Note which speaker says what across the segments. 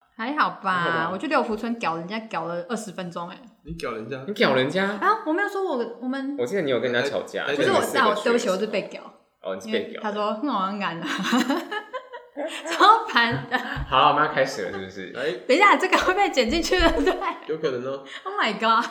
Speaker 1: 还好
Speaker 2: 还好
Speaker 1: 吧
Speaker 2: 吧？
Speaker 1: 我去六福村搞人家搞了二十分钟哎、
Speaker 2: 你屌人家
Speaker 3: 你，屌人家！
Speaker 1: 啊，我没有说我我们
Speaker 3: 我记得你有跟人家吵架，
Speaker 2: 哎
Speaker 1: 不
Speaker 2: 不
Speaker 1: 是
Speaker 2: 是
Speaker 1: 我
Speaker 2: 你，
Speaker 1: 那我对不起，我是被屌，
Speaker 3: 哦，你是
Speaker 1: 因
Speaker 3: 被
Speaker 1: 为
Speaker 3: 屌。
Speaker 1: 他说哼我很敢啊， 超烦的。
Speaker 3: 好，我们要开始了，是不是？
Speaker 2: 哎，
Speaker 1: 等一下，这个会被剪进去的，对
Speaker 2: 有可能哦。
Speaker 1: ？Oh my god！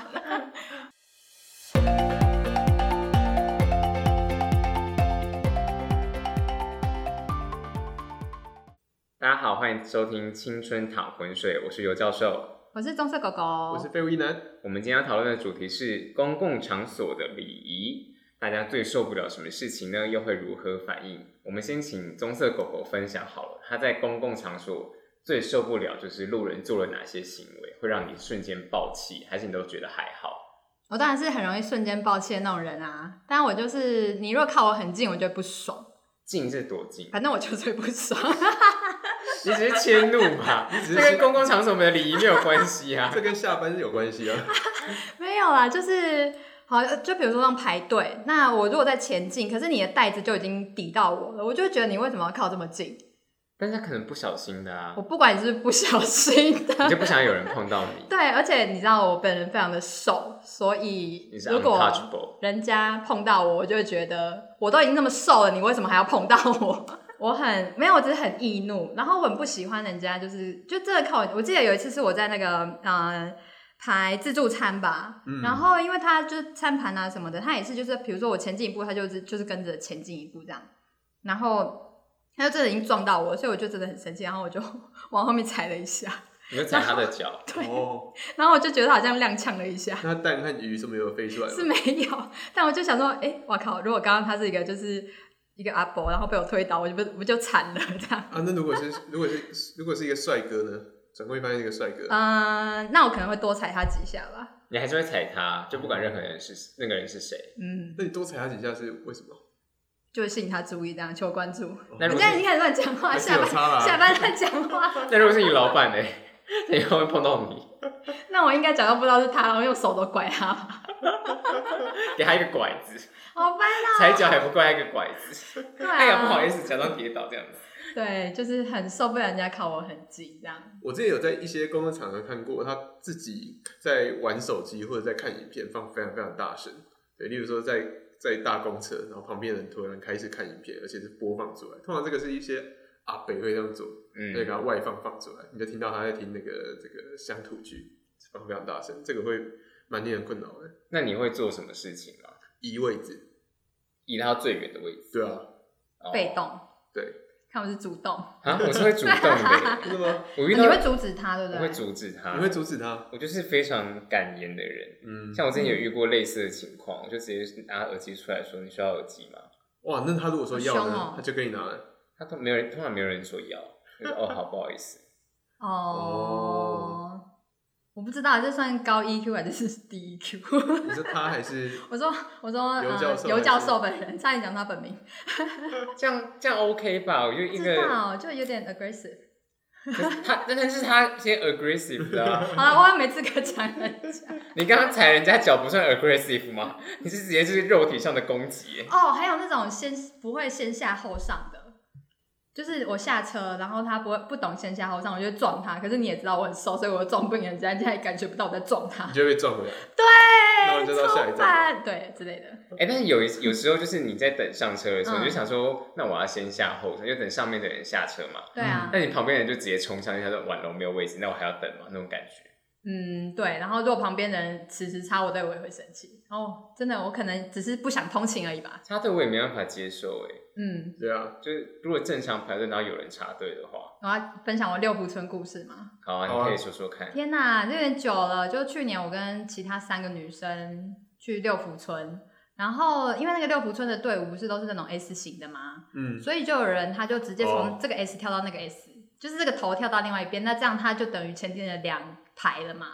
Speaker 3: 大家好，欢迎收听《青春淌浑水》，我是尤教授。
Speaker 1: 我是棕色狗狗，
Speaker 2: 我是废物一男，
Speaker 3: 我们今天要讨论的主题是公共场所的礼仪，大家最受不了什么事情呢？又会如何反应？我们先请棕色狗狗分享好了，它在公共场所最受不了就是路人做了哪些行为，会让你瞬间爆气，还是你都觉得还好？
Speaker 1: 我当然是很容易瞬间爆气的那种人啊。但我就是，你如果靠我很近，我就会不爽。
Speaker 3: 近是多近？
Speaker 1: 反正我就是会不爽。
Speaker 3: 你只是迁怒吧，
Speaker 2: 只
Speaker 3: 这
Speaker 2: 是
Speaker 3: 跟公共场所的礼仪没有关系啊
Speaker 2: 这。跟下班是有关系啊。
Speaker 1: 没有啦，就是好，呃就比如说像排队，那我如果在前进，可是你的袋子就已经抵到我了，我就会觉得你为什么要靠这么近？
Speaker 3: 但是他可能不小心的啊
Speaker 1: 我，不管你是不是不小心
Speaker 3: 你就
Speaker 1: 的。
Speaker 3: 不想有人碰到你，
Speaker 1: 对，而且你知道我本人非常的瘦，所以
Speaker 3: 你是
Speaker 1: 如果
Speaker 3: untouchable。
Speaker 1: 人家碰到我，我就会觉得我都已经那么瘦了，你为什么还要碰到我？ 我很没有，我只是很易怒，然后我很不喜欢人家就是就真的靠我。我记得有一次是我在那个呃排自助餐吧，
Speaker 2: 嗯
Speaker 1: 然后因为他就是餐盘啊什么的，他也是就是比如说我前进一步，他就是就是跟着前进一步这样，然后他就真的已经撞到我，所以我就真的很生气，然后我就 往后面踩了一下，
Speaker 3: 你就踩他的脚，
Speaker 1: 对，
Speaker 2: 哦，
Speaker 1: 然后我就觉得好像踉跄了一下，
Speaker 2: 那蛋和鱼是没有飞出来吗
Speaker 1: 是？没有，但我就想说，哎，我靠，如果刚刚他是一个就是一个阿伯，然后被我推倒，我就不我就惨了这样。
Speaker 2: 啊，那如果是如果是如果是一个帅哥呢？转过去发现一个帅哥，
Speaker 3: 啊
Speaker 1: 嗯、那我可能会多踩他几下吧。
Speaker 3: 你还是会踩他，就不管任何人是那个人是谁。
Speaker 1: 嗯，
Speaker 2: 那你多踩他几下是为什么？哦
Speaker 1: 就吸引他注意，这样求关注。
Speaker 3: 那
Speaker 1: 你
Speaker 3: 哎
Speaker 1: 现
Speaker 3: 如果
Speaker 1: 在
Speaker 3: 是
Speaker 1: 你开始乱讲话，
Speaker 2: 还是
Speaker 1: 下
Speaker 2: 有
Speaker 1: 班
Speaker 2: 差啦
Speaker 1: 下班乱讲话。
Speaker 3: 那如果是你老板呢？ 他以后会碰到你，
Speaker 1: 那我应该假装不知道是他，然后用手都拐他吧？
Speaker 3: 给他一个拐子，
Speaker 1: 好烦啊！
Speaker 3: 踩脚还不怪他一个拐子，
Speaker 1: 对
Speaker 3: 他哎也不好
Speaker 1: 啊，
Speaker 3: 意思假装跌倒这样子。
Speaker 1: 对，就是很受不了人家靠我很近这样。
Speaker 2: 我之前有在一些公共场合看过，他自己在玩手机或者在看影片，放非常非常大声。对，例如说在在大公车，然后旁边人突然开始看影片，而且是播放出来。通常这个是一些阿北会这样做，那
Speaker 3: 嗯，
Speaker 2: 个外放放出来，你就听到他在听那个这个乡土剧，放非常大声，这个会蛮令人困扰的。
Speaker 3: 那你会做什么事情啊？
Speaker 2: 移位置，
Speaker 3: 移到最远的位置。
Speaker 2: 对啊，
Speaker 3: 哦
Speaker 1: 被动，
Speaker 2: 对，
Speaker 1: 看我是主动，
Speaker 3: 啊，我是会主 动的。
Speaker 2: 真的吗？
Speaker 3: 我遇
Speaker 1: 哦你
Speaker 3: 到
Speaker 1: 会阻止他，对不
Speaker 3: 我
Speaker 1: 对？
Speaker 3: 会阻止他
Speaker 2: 你，会阻止他？
Speaker 3: 我就是非常敢言的人。
Speaker 2: 嗯，
Speaker 3: 像我之前有遇过类似的情况，我就直接拿耳机出来说：“你需要耳机吗？”
Speaker 2: 哇，那他如果说要
Speaker 1: 好凶
Speaker 2: 呢
Speaker 1: 哦，
Speaker 2: 他就跟你拿了。
Speaker 3: 他都没有人，通常没有人说要，就说哦好，不好意思，
Speaker 1: 哦，我不知道这算高 EQ 还是低 EQ。
Speaker 2: 你说他还是
Speaker 1: 我说，我说，
Speaker 2: 尤
Speaker 1: 呃
Speaker 2: 教授
Speaker 1: 尤
Speaker 2: 还
Speaker 1: 教
Speaker 2: 是
Speaker 1: 授本人，差点讲他本名，
Speaker 3: 这样这样 OK 吧？我就一
Speaker 1: 不
Speaker 3: 个
Speaker 1: 知，道，就有点 aggressive。
Speaker 3: 可是他但但是他先 aggressive 的啊、
Speaker 1: 好了，我也没资格讲人家。
Speaker 3: 你刚刚踩人家脚不算 aggressive 吗？你是直接就是肉体上的攻击耶，
Speaker 1: 哦，还有那种先不会先下后上的，就是我下车，然后他不会不懂先下后上，我就撞他。可是你也知道我很瘦，所以我撞病人家，人家也感觉不到我在撞他
Speaker 2: 你，就会被撞回来？那我
Speaker 1: 对，
Speaker 2: 们就到下一
Speaker 1: 超
Speaker 2: 站
Speaker 1: 烦，对之类的。
Speaker 3: 哎、但是有一有时候就是你在等上车的时候，
Speaker 1: 嗯
Speaker 3: 你就想说，那我要先下后车，就等上面的人下车嘛。
Speaker 1: 对啊，
Speaker 3: 那你旁边人就直接冲上去，他说婉容没有位置，那我还要等吗？那种感觉。
Speaker 1: 嗯，对。然后如果旁边的人迟迟插我队，我也会生气。哦，真的，我可能只是不想通勤而已吧。
Speaker 3: 插队我也没办法接受哎，
Speaker 1: 嗯，
Speaker 2: 对啊，
Speaker 3: 就是如果正常排队，然后有人插队的话，
Speaker 1: 我要分享我六福村故事吗？
Speaker 3: 好啊，
Speaker 2: 好
Speaker 3: 你
Speaker 2: 啊
Speaker 3: 可以说说看。
Speaker 1: 天呐，这有点久了。就去年我跟其他三个女生去六福村，然后因为那个六福村的队伍不是都是那种 S 型的吗？
Speaker 2: 嗯，
Speaker 1: 所以就有人他就直接
Speaker 2: 哦
Speaker 1: 从这个 S 跳到那个 S，、就是这个头跳到另外一边，那这样他就等于前进了两排了嘛。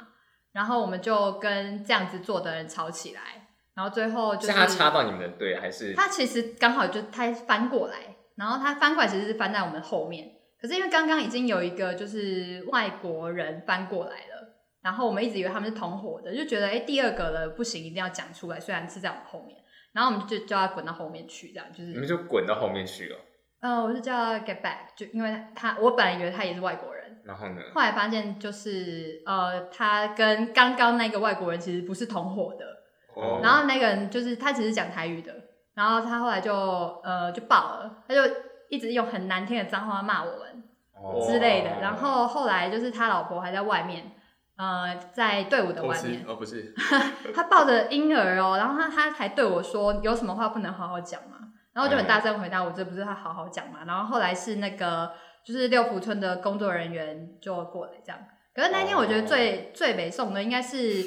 Speaker 1: 然后我们就跟这样子做的人吵起来，然后最后就是
Speaker 3: 是他插到你们的队，还是
Speaker 1: 他其实刚好就他翻过来，然后他翻过来其实是翻在我们后面，可是因为刚刚已经有一个就是外国人翻过来了，然后我们一直以为他们是同伙的，就觉得哎、诶第二个了不行，一定要讲出来，虽然是在我们后面，然后我们就就叫他滚到后面去，这样就
Speaker 3: 你们
Speaker 1: 是，
Speaker 3: 就滚到后面去哦？
Speaker 1: 呃，我是叫他 get back，就因为他我本来以为他也是外国人，
Speaker 3: 然后呢？
Speaker 1: 后来发现就是呃，他跟刚刚那个外国人其实不是同伙的，
Speaker 2: 哦，
Speaker 1: 然后那个人就是他只是讲台语的，然后他后来就呃就爆了，他就一直用很难听的脏话骂我们
Speaker 3: 哦
Speaker 1: 之类的，然后后来就是他老婆还在外面。呃，在队伍的
Speaker 2: 偷
Speaker 1: 外
Speaker 2: 吃
Speaker 1: 面，
Speaker 2: 哦，不是，
Speaker 1: 他抱着婴儿哦，然后他他还对我说有什么话不能好好讲嘛，然后我就很大声回答我这不是他好好讲嘛，然后后来是那个就是六福村的工作人员就过来这样，可是那天我觉得最、最北宋的应该是，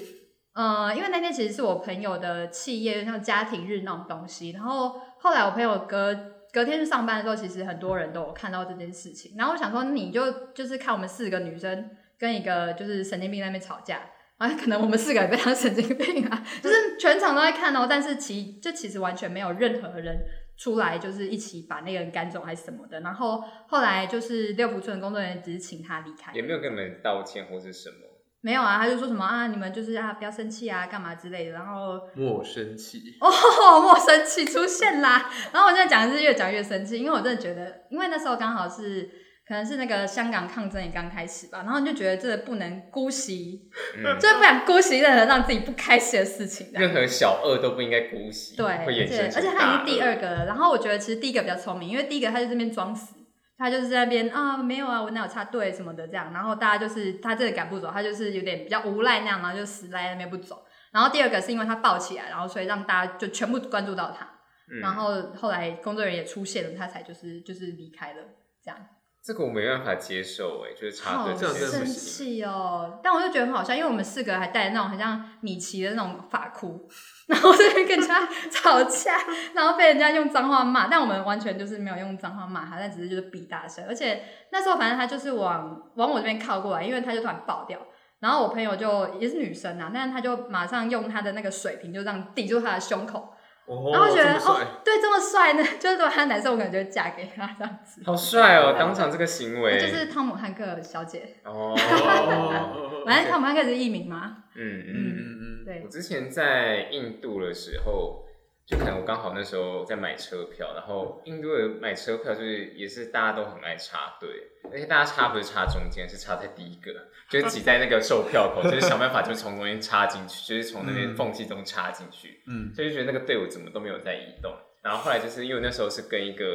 Speaker 1: 呃，因为那天其实是我朋友的企业像家庭日那种东西，然后后来我朋友隔。隔天去上班的时候，其实很多人都有看到这件事情。然后我想说，你就就是看我们四个女生跟一个就是神经病在那边吵架，啊，可能我们四个也被当神经病 啊，就是全场都在看哦，但是其就其实完全没有任何人出来，就是一起把那个人赶走还是什么的。然后后来就是六福村的工作人员只是请他离开，
Speaker 3: 也没有跟你们道歉或是什么。
Speaker 1: 没有啊，他就说什么啊，你们就是啊不要生气啊，干嘛之类的。然后
Speaker 2: 莫生气，
Speaker 1: 哦，莫生气出现啦。然后我现在讲的是越讲越生气，因为我真的觉得，因为那时候刚好是可能是那个香港抗争也刚开始吧，然后你就觉得真的不能姑息，
Speaker 3: 嗯，
Speaker 1: 就是不想姑息任何让自己不开心的事情啊的。
Speaker 3: 任何小恶都不应该姑息，
Speaker 1: 对，
Speaker 3: 会
Speaker 1: 而
Speaker 3: 衍
Speaker 1: 且而
Speaker 3: 生
Speaker 1: 且他已经第二个了。然后我觉得其实第一个比较聪明，因为第一个他就这边装死，他就是在那边啊没有啊，我哪有插队什么的这样。然后大家就是他真的赶不走，他就是有点比较无赖那样，然后就死赖在那边不走。然后第二个是因为他抱起来，然后所以让大家就全部关注到他。
Speaker 3: 嗯
Speaker 1: 然后后来工作人员也出现了，他才就是就是离开了。这样
Speaker 3: 这个我没办法接受哎，就是插
Speaker 1: 好
Speaker 3: 队这
Speaker 2: 啊这
Speaker 3: 件
Speaker 2: 样真
Speaker 1: 生
Speaker 2: 的不
Speaker 3: 事情，
Speaker 1: 气哦！但我就觉得很好笑，因为我们四个还戴着那种很像米奇的那种发箍，然后这边跟人家 吵架，然后被人家用脏话骂，但我们完全就是没有用脏话骂他，但只是就是比大声。而且那时候反正他就是往往我这边靠过来，因为他就突然爆掉。然后我朋友就也是女生啊，但是她就马上用她的那个水瓶就这样抵住他的胸口，
Speaker 2: 哦，
Speaker 1: 然后我觉
Speaker 2: 这
Speaker 1: 得
Speaker 2: 么帅
Speaker 1: 哦，对，这么帅呢， 就是如果他男生，我可能就会嫁给他这样子。
Speaker 3: 好帅哦！当场这个行为，
Speaker 1: 就是汤姆汉克小姐，
Speaker 3: 哦，
Speaker 2: 哦，
Speaker 1: 反正汤姆汉克是艺名嘛，
Speaker 3: 嗯
Speaker 2: 嗯
Speaker 3: 嗯。
Speaker 2: 嗯嗯，
Speaker 1: 对
Speaker 3: 我，之前在印度的时候，就可能我刚好那时候在买车票，然后印度的买车票就是也是大家都很爱插队，而且大家插不是插中间，是插在第一个，就是挤在那个售票口，就是想办法就是从中间插进去，就是从那边
Speaker 2: 嗯
Speaker 3: 缝隙中插进去，
Speaker 2: 嗯，
Speaker 3: 所以就觉得那个队伍怎么都没有在移动。然后后来就是因为那时候是跟一个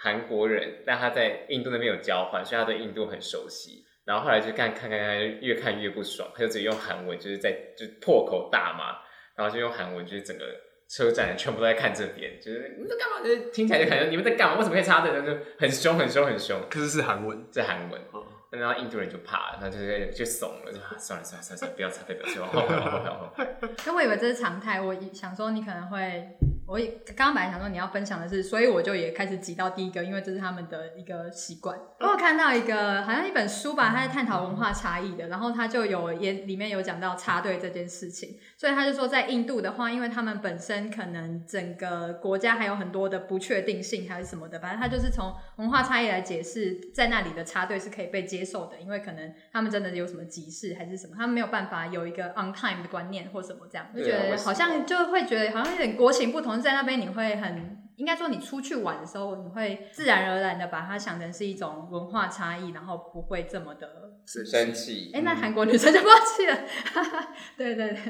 Speaker 3: 韩国人，但他在印度那边有交换，所以他对印度很熟悉。然后后来就看看看看，越看越不爽，他就直接用韩文就是在就破口大骂，然后就用韩文，就是整个车站全部都在看这边，就是你们在干嘛？就是听起来就感觉你们在干嘛？为什么可以插队？然后就很凶，很凶，很凶。
Speaker 2: 可是是韩文，
Speaker 3: 这韩文，
Speaker 2: 哦
Speaker 3: 然后印度人就怕了，然后就是就怂了，就、啊、算了算了算了，算了不要插队，不要插队，后悔后悔后悔。
Speaker 1: 但我以为这是常态，我以想说你可能会，我以刚刚本来想说你要分享的是，所以我就也开始挤到第一个，因为这是他们的一个习惯。我有看到一个好像一本书吧，他在探讨文化差异的，然后他就有也里面有讲到插队这件事情，所以他就说在印度的话，因为他们本身可能整个国家还有很多的不确定性还是什么的，反正他就是从文化差异来解释，在那里的插队是可以被接受的，因为可能他们真的有什么急事还是什么，他们没有办法有一个 on time 的观念或什么这样，就觉
Speaker 3: 对啊为
Speaker 1: 得
Speaker 3: 什么
Speaker 1: 好像就会觉得好像有点国情不同，在那边你会很。应该说，你出去玩的时候，你会自然而然的把它想成是一种文化差异，然后不会这么的。
Speaker 3: 生气
Speaker 1: 哎、，那韩国女生就放弃了，哈哈，对对对，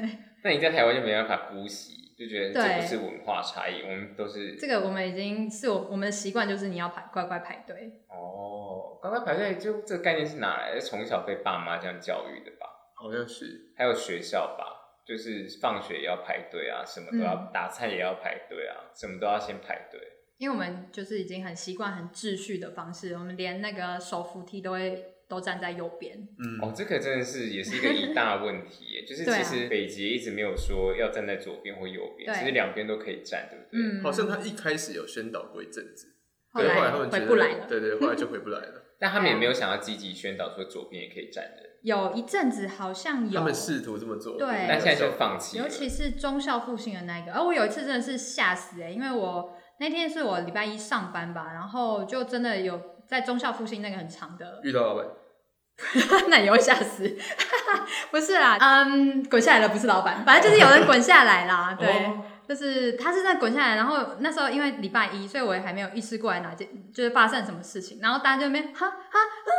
Speaker 3: 那你在台湾就没办法姑息，就觉得这
Speaker 1: 对
Speaker 3: 不是文化差异，我们都是
Speaker 1: 这个我们已经是我我们的习惯，就是你要排乖乖排队。
Speaker 3: 哦。乖乖排队，就这个概念是哪来的？是从小被爸妈这样教育的吧？
Speaker 2: 好像是，
Speaker 3: 还有学校吧，就是放学也要排队啊，什么都要、
Speaker 1: 嗯
Speaker 3: 打菜也要排队啊，什么都要先排队。
Speaker 1: 因为我们就是已经很习惯很秩序的方式，我们连那个手扶梯都会都站在右边。
Speaker 3: 哦
Speaker 2: 嗯，，
Speaker 3: 这个真的是也是一个一大问题耶， 就是
Speaker 1: 对啊
Speaker 3: 其实北捷一直没有说要站在左边或右边，
Speaker 1: 对
Speaker 3: 其实两边都可以站，对不对？
Speaker 1: 嗯，
Speaker 2: 好像他一开始有宣导过一阵子，
Speaker 1: 后
Speaker 2: 对，后来
Speaker 1: 来
Speaker 2: 他们觉
Speaker 1: 回
Speaker 2: 得
Speaker 1: 不来了。
Speaker 2: 对对，后来就回不来 了。
Speaker 3: 但他们也
Speaker 1: 啊
Speaker 3: 没有想要积极宣导说左边也可以站人，
Speaker 1: 有一阵子好像有，
Speaker 2: 他们试图这么做，
Speaker 1: 对
Speaker 3: 但现在就放弃了。
Speaker 1: 尤其是忠孝复兴的那一个，而、我有一次真的是吓死哎、因为我那天是我礼拜一上班吧，然后就真的有在忠孝复兴那个很长的，
Speaker 2: 遇到老板，
Speaker 1: 那也会吓死。不是啦，嗯，滚下来了不是老板，反正就是有人滚下来啦，对。
Speaker 2: 哦
Speaker 1: 就是他是在滚下来，然后那时候因为礼拜一，所以我也还没有意识过来哪件就是发生什么事情，然后大家就在那边哈哈啊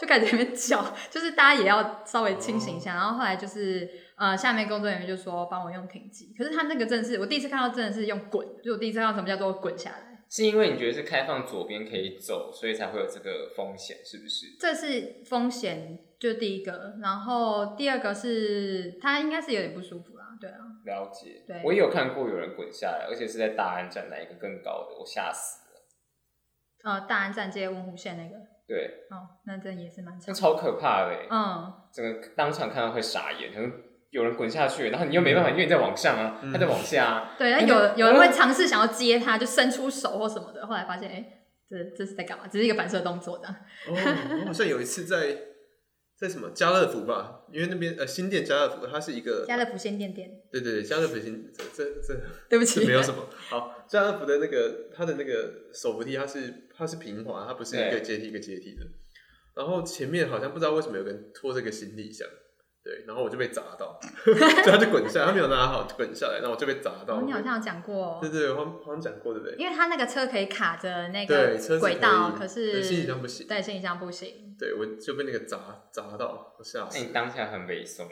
Speaker 1: 就开始在那边叫，就是大家也要稍微清醒一下。然后后来就是呃，下面工作人员就说帮我用停机，可是他那个真的是我第一次看到，真的是用滚，就我第一次看到什么叫做滚下来。
Speaker 3: 是因为你觉得是开放左边可以走，所以才会有这个风险，是不是？
Speaker 1: 这是风险，就第一个，然后第二个是他应该是有点不舒服啦，对啊，
Speaker 3: 了解
Speaker 1: 对，
Speaker 3: 我也有看过有人滚下来，而且是在大安站那一个更高的，我吓死了。
Speaker 1: 呃，大安站接文湖线那个，
Speaker 3: 对，
Speaker 1: 哦，那真的也是蛮
Speaker 3: 这
Speaker 1: 长，
Speaker 3: 超可怕的欸、
Speaker 1: 嗯，
Speaker 3: 整个当场看到会傻眼，可能有人滚下去，然后你又没办法，因为你在往上啊，
Speaker 2: 嗯
Speaker 3: 他在往 下啊，
Speaker 1: 对，那
Speaker 3: 那个
Speaker 1: 有有人会尝试想要接他，就伸出手或什么的，后来发现，哎、这这是在干嘛？只是一个反射动作这样。
Speaker 2: 哦，我好像有一次在在什么家乐福吧，因为那边呃新店家乐福，它是一个
Speaker 1: 家乐福先垫垫，
Speaker 2: 对对对家乐福新这这 这
Speaker 1: 对不
Speaker 2: 这
Speaker 1: 起，
Speaker 2: 没有什么好。家乐福的那个它的那个手扶梯，它是它是平滑，它不是一个
Speaker 3: 对
Speaker 2: 阶梯一个阶梯的。然后前面好像不知道为什么有个人拖着个行李箱，对，然后我就被砸到， 就他就滚下来，他没有拿好滚下来，然后我就被砸到。
Speaker 1: 哦，你好像有讲过
Speaker 2: 对，对对，我好像好像讲过对不对？
Speaker 1: 因为他那个车可以卡着那个
Speaker 2: 对，车子
Speaker 1: 轨道，
Speaker 2: 以
Speaker 1: 可
Speaker 2: 对
Speaker 1: 是
Speaker 2: 行李箱不行。
Speaker 1: 对行李箱不行。
Speaker 2: 对，我就被那个砸砸到，我吓
Speaker 3: 那
Speaker 2: 死
Speaker 3: 你。当下很猥琐啊。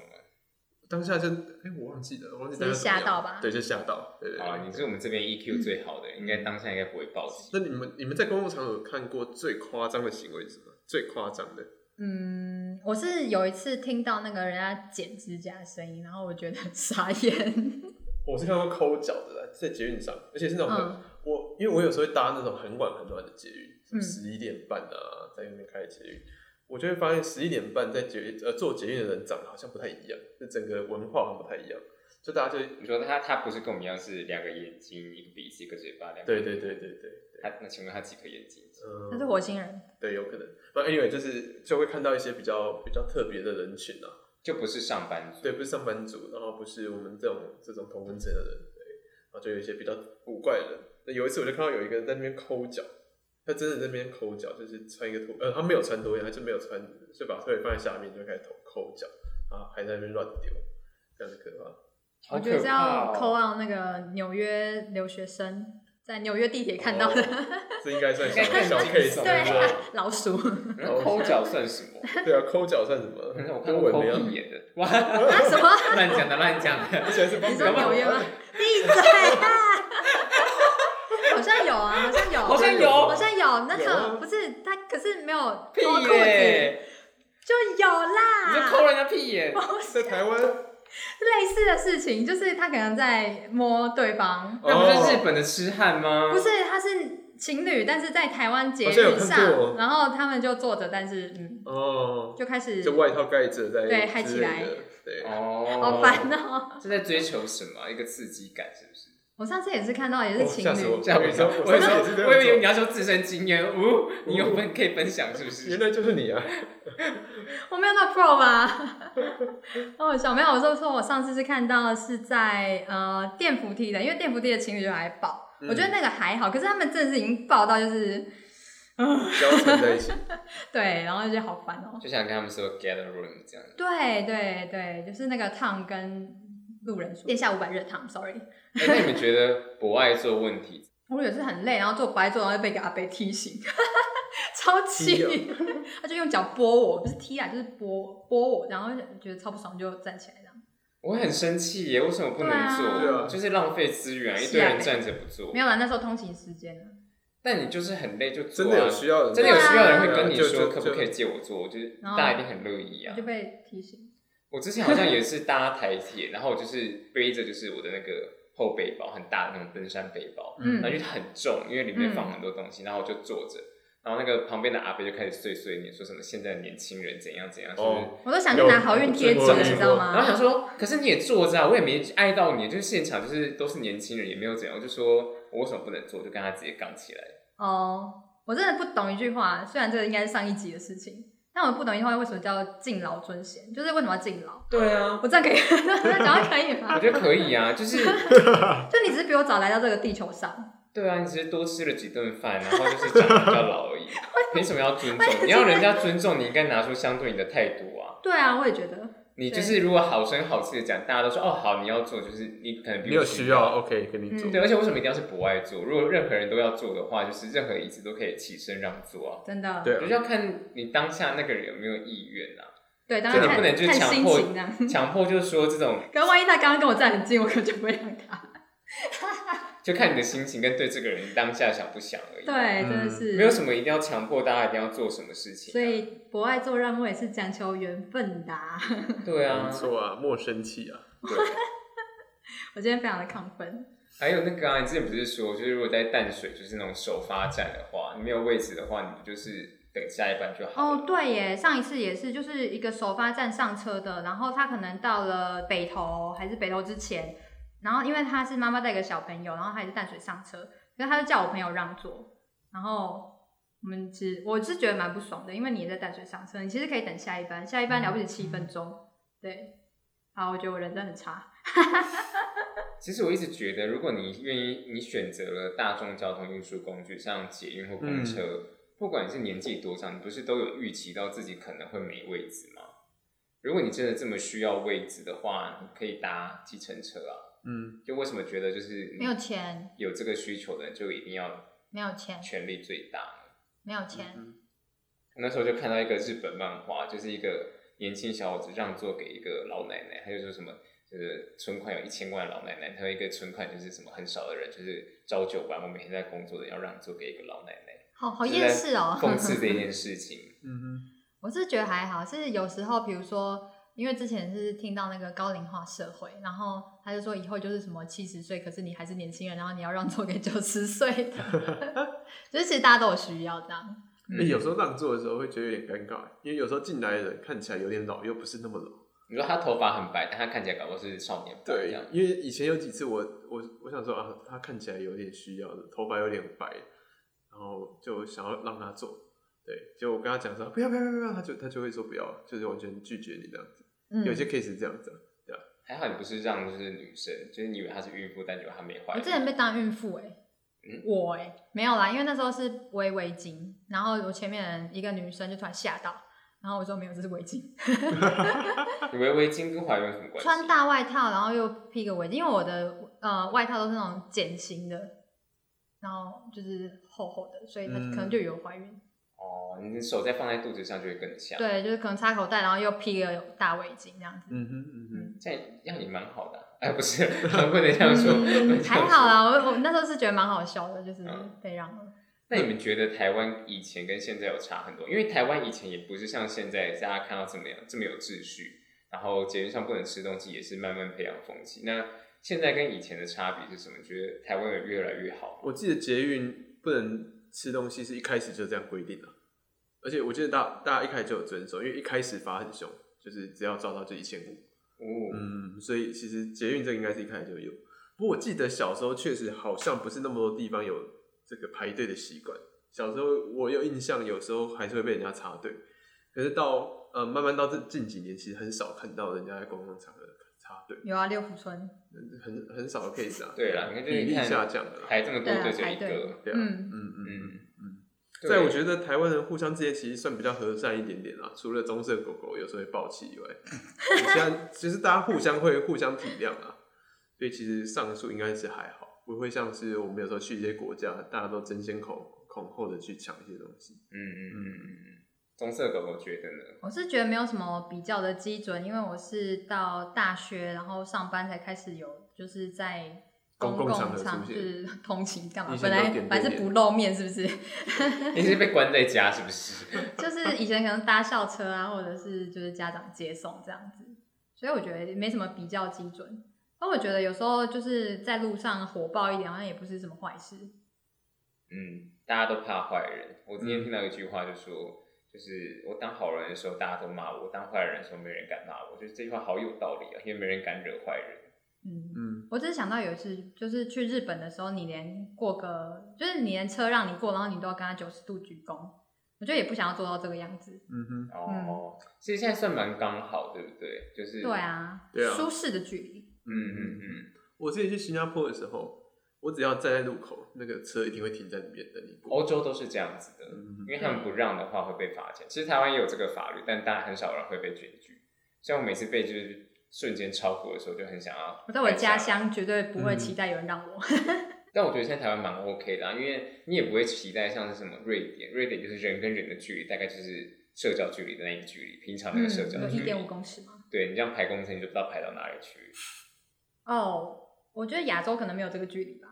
Speaker 2: 当下就哎、我忘记了，我忘记
Speaker 1: 只
Speaker 2: 当
Speaker 1: 是
Speaker 2: 下
Speaker 1: 吓
Speaker 2: 怎么
Speaker 1: 到
Speaker 2: 样
Speaker 1: 吧
Speaker 2: 对，就吓到，对对
Speaker 3: 好了，啊
Speaker 2: 对。
Speaker 3: 你是我们这边
Speaker 1: 嗯
Speaker 3: EQ 最好的，应该当下应该不会报警。
Speaker 2: 那你们你们在公共场所有看过最夸张的行为是什么？最夸张的？
Speaker 1: 嗯，我是有一次听到那个人家剪指甲的声音，然后我觉得很傻眼。
Speaker 2: 我是看过抠脚的啦，在捷运上，而且是那种很、
Speaker 1: 嗯，
Speaker 2: 我，因为我有时候会搭那种很晚很晚的捷
Speaker 1: 嗯
Speaker 2: 运，十一点半啊，在那边开捷运，我就会发现十一点半在捷呃坐捷运的人长得好像不太一样，就整个文化好像不太一样，就大家就
Speaker 3: 你说他他不是跟我们一样是两个眼睛、一个鼻子、一个嘴巴，两个
Speaker 2: 对对对对对对，
Speaker 3: 他那请问他几颗眼睛？
Speaker 2: 嗯
Speaker 1: 他是火星人，
Speaker 2: 对，有可能。那 anyway，就是就会看到一些比较比较特别的人群啊，
Speaker 3: 就不是上班族。
Speaker 2: 对，不是上班族，然后不是我们这种这种同温层的人，对，然后就有一些比较古怪的人。那有一次我就看到有一个人在那边抠脚，他真的在那边抠脚，就是穿一个拖，呃，他没有穿拖鞋，他就没有穿，就把拖鞋放在下面就开始抠抠脚，啊，还在那边乱丢，这样子可怕。
Speaker 1: 我觉得是要
Speaker 2: 哦
Speaker 3: 哦
Speaker 1: 扣到那个纽约留学生在纽约地铁看到的，
Speaker 2: 这应该算小小
Speaker 3: 小
Speaker 2: case，
Speaker 3: 哦
Speaker 1: 对
Speaker 2: 不对，
Speaker 1: 老鼠。
Speaker 3: 嗯 抠脚算什 么？
Speaker 2: 对啊，抠脚算什么？
Speaker 3: 我看
Speaker 2: 跟
Speaker 3: 过
Speaker 2: 蚊
Speaker 3: 抠
Speaker 2: 子一样
Speaker 3: 屁眼的， 哇，
Speaker 1: 啊什么？
Speaker 3: 乱讲的乱讲的。
Speaker 2: 现在是帮
Speaker 1: 你
Speaker 2: 别
Speaker 1: 说
Speaker 2: 人
Speaker 1: 纽约吗？闭嘴啊！ 好像有啊，好像有，
Speaker 3: 好像有
Speaker 1: 好像有那
Speaker 2: 有
Speaker 1: 个
Speaker 2: 啊
Speaker 1: 不是他，可是没有
Speaker 3: 屁
Speaker 1: 脱裤子
Speaker 3: 眼，
Speaker 1: 就有
Speaker 3: 你就
Speaker 1: 啦。
Speaker 3: 抠人家屁 眼，
Speaker 2: 在台湾，
Speaker 1: 类似的事情，就是他可能在摸对方，
Speaker 3: 那不是日本的痴汉
Speaker 2: 嗯
Speaker 3: 吗？
Speaker 1: 不是他是情侣，但是在台湾捷
Speaker 2: 好像哦有
Speaker 1: 运
Speaker 2: 看
Speaker 1: 上
Speaker 2: 过，
Speaker 1: 然后他们就坐着，但是嗯，
Speaker 2: 哦，
Speaker 1: 就开始
Speaker 2: 就外套盖着在
Speaker 1: 对嗨
Speaker 2: 之
Speaker 1: 起
Speaker 2: 类
Speaker 1: 来
Speaker 2: 的，对，
Speaker 3: 哦，
Speaker 1: 好烦哦。
Speaker 3: 这在追求什么？一个刺激感是不是？
Speaker 1: 我上次也是看到，也是
Speaker 2: 哦
Speaker 1: 情
Speaker 2: 吓死
Speaker 1: 侣
Speaker 2: 我，
Speaker 3: 这样
Speaker 2: 我
Speaker 3: 我
Speaker 2: 以为
Speaker 3: 说，
Speaker 2: 我
Speaker 3: 我以
Speaker 2: 以为是这样
Speaker 3: 为我以为
Speaker 2: 做
Speaker 3: 你要说自身经验， 呜、你有分可以分享是不是
Speaker 2: 原？来就是你啊！
Speaker 1: 我没有那 pro 吧？ 哦，小没有，我就说我上次是看到是在呃电扶梯的，因为电扶梯的情侣就来抱，
Speaker 2: 嗯
Speaker 1: 我觉得那个还好，可是他们真的是已经抱到就是
Speaker 2: 交缠在一起，
Speaker 1: 对，然后就觉得好烦哦、
Speaker 3: 就想跟他们说 get a room 这样。
Speaker 1: 对对对，就是那个烫跟路人说，殿下五百热烫，sorry，
Speaker 3: 哎那你们觉得博爱做问题，
Speaker 1: 我也是很累，然后做白做，然后就被一个阿伯踢醒， 超气
Speaker 2: 踢，
Speaker 3: 哦
Speaker 1: 他就用脚拨我，不是踢啊，就是拨拨我，然后就觉得超不爽，就站起来这样。
Speaker 3: 我会很生气耶，为什么不能做？
Speaker 1: 对啊
Speaker 2: 对啊
Speaker 3: 就是浪费资源，一
Speaker 1: 是
Speaker 3: 堆
Speaker 1: 啊
Speaker 3: 人站着不做
Speaker 1: 没。有啦，那时候通勤时间啊。
Speaker 3: 但你就是很累就做、
Speaker 2: 真
Speaker 3: 啊，
Speaker 2: 的有需要的人，
Speaker 3: 真的有需要的人
Speaker 2: 对
Speaker 3: 会
Speaker 2: 啊
Speaker 3: 跟你
Speaker 2: 就
Speaker 3: 说
Speaker 2: 就
Speaker 3: 可不可以
Speaker 2: 就
Speaker 3: 借我做，我就是
Speaker 1: 然后
Speaker 3: 大家一定很乐意
Speaker 1: 我
Speaker 3: 啊
Speaker 1: 就。被提醒。
Speaker 3: 我之前好像也是搭台铁，然后我就是背着就是我的那个后背包，很大的那种登山背包，
Speaker 1: 嗯
Speaker 3: 然后就很重，因为里面放很多东西，
Speaker 2: 嗯
Speaker 3: 然后我就坐着，然后那个旁边的阿伯就开始碎碎念，说什么现在的年轻人怎样怎样，
Speaker 2: 哦
Speaker 1: 我都想去拿好运贴纸了，
Speaker 2: 有
Speaker 1: 你知道
Speaker 3: 然后
Speaker 1: 吗？
Speaker 3: 想说，可是你也坐着啊，我也没碍到你，就是现场就是都是年轻人，也没有怎样，我就说我为什么不能坐，就跟他直接杠起来。
Speaker 1: 哦，我真的不懂一句话，虽然这个应该是上一集的事情，但我不懂一句话为什么叫敬老尊贤，就是为什么要敬老？
Speaker 3: 对啊，
Speaker 1: 我这样可以， 这样讲话可以
Speaker 3: 我
Speaker 1: 吗？
Speaker 3: 觉得可以啊，就是
Speaker 1: 就你只是比我早来到这个地球上，
Speaker 3: 对啊，你只是多吃了几顿饭，然后就是长得比较 老而已，凭什么要尊重？你要人家尊重，你应该拿出相对应的态度啊。
Speaker 1: 对啊，我也觉得，
Speaker 3: 你就是如果好声好气的讲，大家都说哦好，你要做，就是你可能比
Speaker 2: 你
Speaker 3: 我
Speaker 2: 有需要，OK，跟你做
Speaker 1: 嗯。
Speaker 3: 对，而且为什么一定要是博爱做？如果任何人都要做的话，就是任何椅子都可以起身让座啊。
Speaker 1: 真的，
Speaker 2: 对
Speaker 3: 就是
Speaker 2: 啊，
Speaker 3: 要看你当下那个人有没有意愿啊，
Speaker 1: 对，当
Speaker 3: 就
Speaker 1: 然
Speaker 3: 你
Speaker 1: 看
Speaker 3: 不能就是
Speaker 1: 看
Speaker 3: 强
Speaker 1: 心
Speaker 3: 迫
Speaker 1: 情这样。
Speaker 3: 强迫就是说这种，
Speaker 1: 可是万一他刚刚跟我站很近，我可能就不会让他。
Speaker 3: 嗯就看你的心情跟对这个人当下想不想而已。，
Speaker 1: 对，
Speaker 2: 嗯
Speaker 1: 真的是
Speaker 3: 没有什么一定要强迫大家一定要做什么事情、啊。
Speaker 1: 所，以博爱做让位是讲求缘分的啊、
Speaker 3: 对啊
Speaker 2: 没，错啊，莫生气啊。
Speaker 3: 对。
Speaker 1: 我今天非常的亢奋，
Speaker 3: 还有那个啊，你之前不是说，就是如果在淡水就是那种首发站的话，你没有位置的话，你不就是等下一班就好了？
Speaker 1: 哦，对耶，上一次也是，就是一个首发站上车的，然后他可能到了北投还是北投之前，然后因为他是妈妈带个小朋友，然后他也是淡水上车，可是他就叫我朋友让座，然后我们其实我是觉得蛮不爽的，因为你也在淡水上车，你其实可以等下一班，下一班了不起七分钟，对，好，我觉得我人真的很差，
Speaker 3: 其实我一直觉得，如果你愿意，你选择了大众交通运输工具，像捷运或公车，
Speaker 1: 嗯
Speaker 3: 不管你是年纪多长，你不是都有预期到自己可能会没位置吗？如果你真的这么需要位置的话，你可以搭计程车啊。
Speaker 2: 嗯，
Speaker 3: 就为什么觉得就是你
Speaker 1: 没有钱，
Speaker 3: 有这个需求的，就一定要
Speaker 1: 没有钱，
Speaker 3: 权力最大呢？
Speaker 1: 没有
Speaker 2: 嗯
Speaker 1: 钱，
Speaker 3: 我那时候就看到一个日本漫画，就是一个年轻小伙子让座给一个老奶奶，他就说什么就是存款有一千万的老奶奶，还有一个存款就是什么很少的人，就是朝九晚五每天在工作的要让座给一个老奶奶，
Speaker 1: 好好厌世哦，
Speaker 3: 讽刺这件 事情。
Speaker 2: 嗯哼，
Speaker 1: 我是觉得还好，是有时候，比如说，因为之前是听到那个高龄化社会，然后他就说以后就是什么七十岁，可是你还是年轻人，然后你要让座给九十岁 的，就是其实大家都有需要这样。
Speaker 2: 那哎有时候让座的时候会觉得有点尴尬，因为有时候进来的人看起来有点老，又不是那么老。
Speaker 3: 你说他头发很白，但他看起来搞不好是少年派这
Speaker 2: 对
Speaker 3: 样。，
Speaker 2: 因为以前有几次我我我想说啊，他看起来有点需要的，头发有点白，然后就想要让他做。对，就我跟他讲说不要不要不要不要，他就他就会说不要，就是完全拒绝你这样子。
Speaker 1: 嗯，
Speaker 2: 有些 case 是这样子啊、
Speaker 3: 还好你不是让就是女生，就是你以为她是孕妇，但结果她没怀
Speaker 1: 我
Speaker 3: 孕。
Speaker 1: 之前被当孕妇哎、
Speaker 3: 嗯
Speaker 1: 我哎、没有啦，因为那时候是围围巾，然后我前面的人一个女生就突然吓到，然后我说没有，这是围巾。
Speaker 3: 以为围巾跟怀孕有什么关系？
Speaker 1: 穿大外套，然后又披个围巾，因为我的呃外套都是那种茧型的，然后就是厚厚的，所以它
Speaker 2: 嗯
Speaker 1: 可能就有怀孕。
Speaker 3: 哦，你手再放在肚子上就会更像。，
Speaker 1: 对，就是可能插口袋，然后又披个大围巾这样子。
Speaker 2: 嗯哼嗯哼，
Speaker 3: 这样让你蛮好的啊、 哎，不是，不能这样说，
Speaker 1: 嗯
Speaker 3: 不能这样
Speaker 1: 还
Speaker 3: 说
Speaker 1: 好啊啦，我我那时候是觉得蛮好笑的，就是
Speaker 3: 嗯
Speaker 1: 被让了。
Speaker 3: 那你们觉得台湾以前跟现在有差很多？因为台湾以前也不是像现在大家看到这么样这么有秩序，然后节日上不能吃东西，也是慢慢培养风气。那现在跟以前的差别是什么？你觉得台湾有越来越好吗？
Speaker 2: 我记得捷运不能吃东西是一开始就这样规定的、啊而且我记得大大家一开始就有遵守，因为一开始罚很凶，就是只要照到就一千五。
Speaker 3: 哦，
Speaker 2: 嗯，所以其实捷运这个应该是一开始就有。不过我记得小时候确实好像不是那么多地方有这个排队的习惯。小时候我有印象，有时候还是会被人家插队。可是到呃慢慢到这近几年，其实很少看到人家在公共场合插队，
Speaker 1: 有啊，六福村，
Speaker 2: 很很少的 case 啊。
Speaker 3: 对啦，你看就
Speaker 2: 比
Speaker 3: 是
Speaker 2: 例
Speaker 3: 看
Speaker 2: 下降了啦。
Speaker 3: 排这么多
Speaker 1: 对啊
Speaker 3: 就只有
Speaker 1: 排
Speaker 3: 一
Speaker 1: 队
Speaker 3: 个，
Speaker 2: 对啊，
Speaker 1: 嗯
Speaker 2: 嗯嗯嗯
Speaker 3: 嗯
Speaker 2: 嗯。
Speaker 3: 对
Speaker 2: 在我觉得台湾人互相之间其实算比较和善一点点啦，除了棕色狗狗有时候会暴气以外，其他其实大家互相会互相体谅啊，所以其实上述应该是还好，不会像是我们有时候去一些国家，大家都争先恐恐后的去抢一些东西。
Speaker 3: 嗯嗯嗯嗯嗯，棕色狗狗觉得 呢？
Speaker 1: 我是觉得没有什么比较的基准，因为我是到大学然后上班才开始有，就是在
Speaker 2: 公共
Speaker 1: 共
Speaker 2: 场合
Speaker 1: 场
Speaker 2: 出
Speaker 1: 就
Speaker 2: 现
Speaker 1: 是通勤干嘛
Speaker 2: 以，前
Speaker 1: 本
Speaker 2: 都
Speaker 1: 来
Speaker 2: 点对
Speaker 1: 本来是
Speaker 2: 面
Speaker 1: 不露面是不是？
Speaker 3: 你是被关在家是不是？
Speaker 1: 就是以前可能搭校车啊，或者是就是家长接送这样子，所以我觉得没什么比较基准。那我觉得有时候就是在路上火爆一点，好像也不是什么坏事。
Speaker 3: 嗯，大家都怕坏人。我
Speaker 1: 嗯
Speaker 3: 今天听到一句话，就说，就是我当好人的时候，大家都骂我；我当坏人的时候，没人敢骂我。我觉得这句话好有道理啊，因为没人敢惹坏人。
Speaker 1: 嗯，
Speaker 2: 嗯，
Speaker 1: 我只是想到有一次，就是去日本的时候，你连过个，就是你连车让你过，然后你都要跟他九十度鞠躬，我觉得也不想要做到这个样子。
Speaker 2: 嗯哼，
Speaker 3: 哦，其实现在算蛮刚好，对不对？就是
Speaker 1: 对，啊，
Speaker 2: 对啊
Speaker 1: 舒适的距离。
Speaker 3: 嗯嗯嗯，
Speaker 2: 我之前去新加坡的时候，我只要站在路口，那个车一定会停在那边等你过。
Speaker 3: 欧洲都是这样子的，
Speaker 2: 嗯哼
Speaker 3: 因为他们不让的话会被罚钱。其实台湾也有这个法律，但大家很少人会被检举。像我每次被就是瞬间超过的时候，就很想要。
Speaker 1: 我在我家，乡绝对不会期待有人让我。
Speaker 3: 但我觉得现在台湾蛮 OK 的、啊，因为你也不会期待像是什么瑞典，瑞典就是人跟人的距离大概就是社交距离的那一距离，平常那个社交
Speaker 1: 嗯有
Speaker 3: 距
Speaker 1: 一
Speaker 3: 离。
Speaker 1: 点五公尺吗？
Speaker 3: 对你这样排公车，你就不知道排到哪里去。
Speaker 1: 哦，我觉得亚洲可能没有这个距离吧，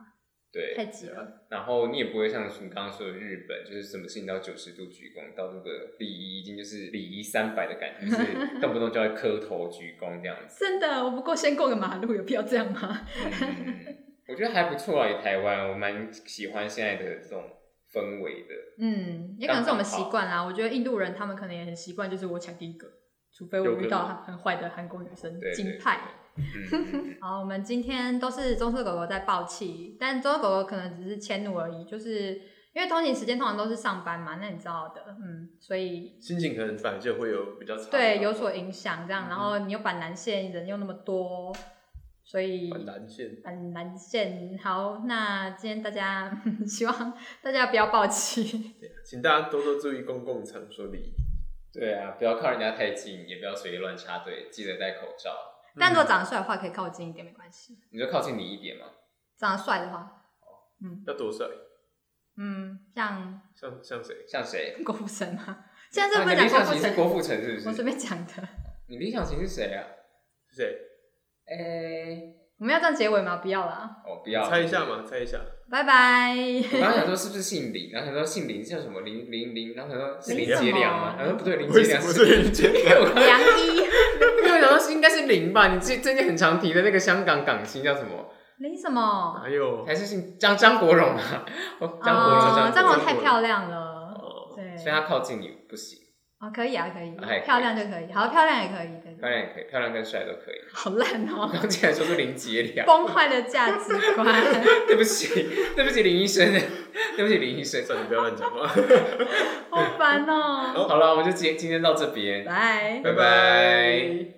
Speaker 3: 对，
Speaker 1: 太挤了。
Speaker 3: 然后你也不会像你刚刚说的日本，就是什么事情到九十度鞠躬，到那个礼仪已经就是礼仪三百的感觉，就是动不动就要磕头鞠躬这样子。
Speaker 1: 真的，我不过先过个马路，有必要这样吗？
Speaker 3: 嗯，我觉得还不错啊，以台湾，我蛮喜欢现在的这种氛围的。
Speaker 1: 嗯，也可能是我们习惯啦。我觉得印度人他们可能也很习惯，就是我抢第一个，除非我遇到很很坏的韩国女生
Speaker 3: 对，
Speaker 1: 金派。
Speaker 3: 嗯嗯嗯
Speaker 1: 好，我们今天都是棕色狗狗在爆气，但棕色狗狗可能只是迁怒而已，就是因为通勤时间通常都是上班嘛，那你知道的，嗯，所以
Speaker 2: 心情可能反而就会有比较差，
Speaker 1: 对有所影响，这样，
Speaker 2: 嗯
Speaker 1: 然后你又板南线人又那么多，所以
Speaker 2: 很难线。
Speaker 1: 板南线好，那今天大家 希望大家不要爆
Speaker 3: 嗯
Speaker 1: 气，
Speaker 2: 对，请大家多多注意公共场所礼仪。
Speaker 3: 对啊，不要靠人家太近，也不要随意乱插队，记得戴口罩。
Speaker 1: 但如果长得帅的话，可以靠近一点，没关系。
Speaker 3: 你就靠近你一点嘛。
Speaker 1: 长得帅的话，嗯
Speaker 2: 要多帅，
Speaker 1: 嗯，像
Speaker 2: 像像谁？
Speaker 3: 像谁？
Speaker 1: 郭富城 吗？现在是不
Speaker 3: 啊
Speaker 1: 是
Speaker 3: 你的
Speaker 1: 讲
Speaker 3: 理
Speaker 1: 郭
Speaker 3: 想
Speaker 1: 富
Speaker 3: 型是
Speaker 1: 城？
Speaker 3: 郭富城是
Speaker 1: 我
Speaker 3: 不
Speaker 1: 随
Speaker 3: 是？
Speaker 1: 便讲的。
Speaker 3: 你理想型是谁啊？
Speaker 2: 是谁？
Speaker 3: 哎、
Speaker 1: 我们要这样结尾吗？不要啦，
Speaker 3: 哦，不要
Speaker 2: 猜一下。嘛，猜一下。
Speaker 1: 拜拜。
Speaker 3: 我刚刚想说是不是姓林，然后想说姓林叫什么林林林，然后想说是
Speaker 1: 林
Speaker 3: 林杰
Speaker 1: 什么
Speaker 3: 良吗？然后不对，林杰
Speaker 2: 为什
Speaker 3: 良
Speaker 2: 么
Speaker 3: 是
Speaker 2: 是林杰良？
Speaker 3: 我
Speaker 1: 梁一，
Speaker 3: 因为我想说应该是林吧，你最最近很常提的那个香港港星叫什么？
Speaker 1: 林什么？
Speaker 2: 哪有？
Speaker 3: 还是姓张张国荣啊？哦，张国荣，
Speaker 1: 哦
Speaker 3: 张
Speaker 1: 张国
Speaker 3: 国
Speaker 1: 荣
Speaker 3: 荣，
Speaker 1: 太漂亮了，
Speaker 2: 哦，
Speaker 1: 对，
Speaker 3: 所以他靠近你不行，
Speaker 1: 哦，可以啊，可以
Speaker 3: 啊还可，以
Speaker 1: 漂亮就可以，好，漂亮也可以，对
Speaker 3: 漂
Speaker 1: 对，
Speaker 3: 亮也可以，漂亮跟帅都可以。
Speaker 1: 好烂
Speaker 3: 我
Speaker 1: 哦，
Speaker 3: 刚竟然说出林杰良，
Speaker 1: 崩坏的价值 观。
Speaker 3: 啊对不起，对不起林医生，对不起林医生。
Speaker 2: 算了，不要乱讲话。
Speaker 1: 好烦哦。
Speaker 3: 好了，我们就今今天到这边，
Speaker 1: 来。
Speaker 3: 拜拜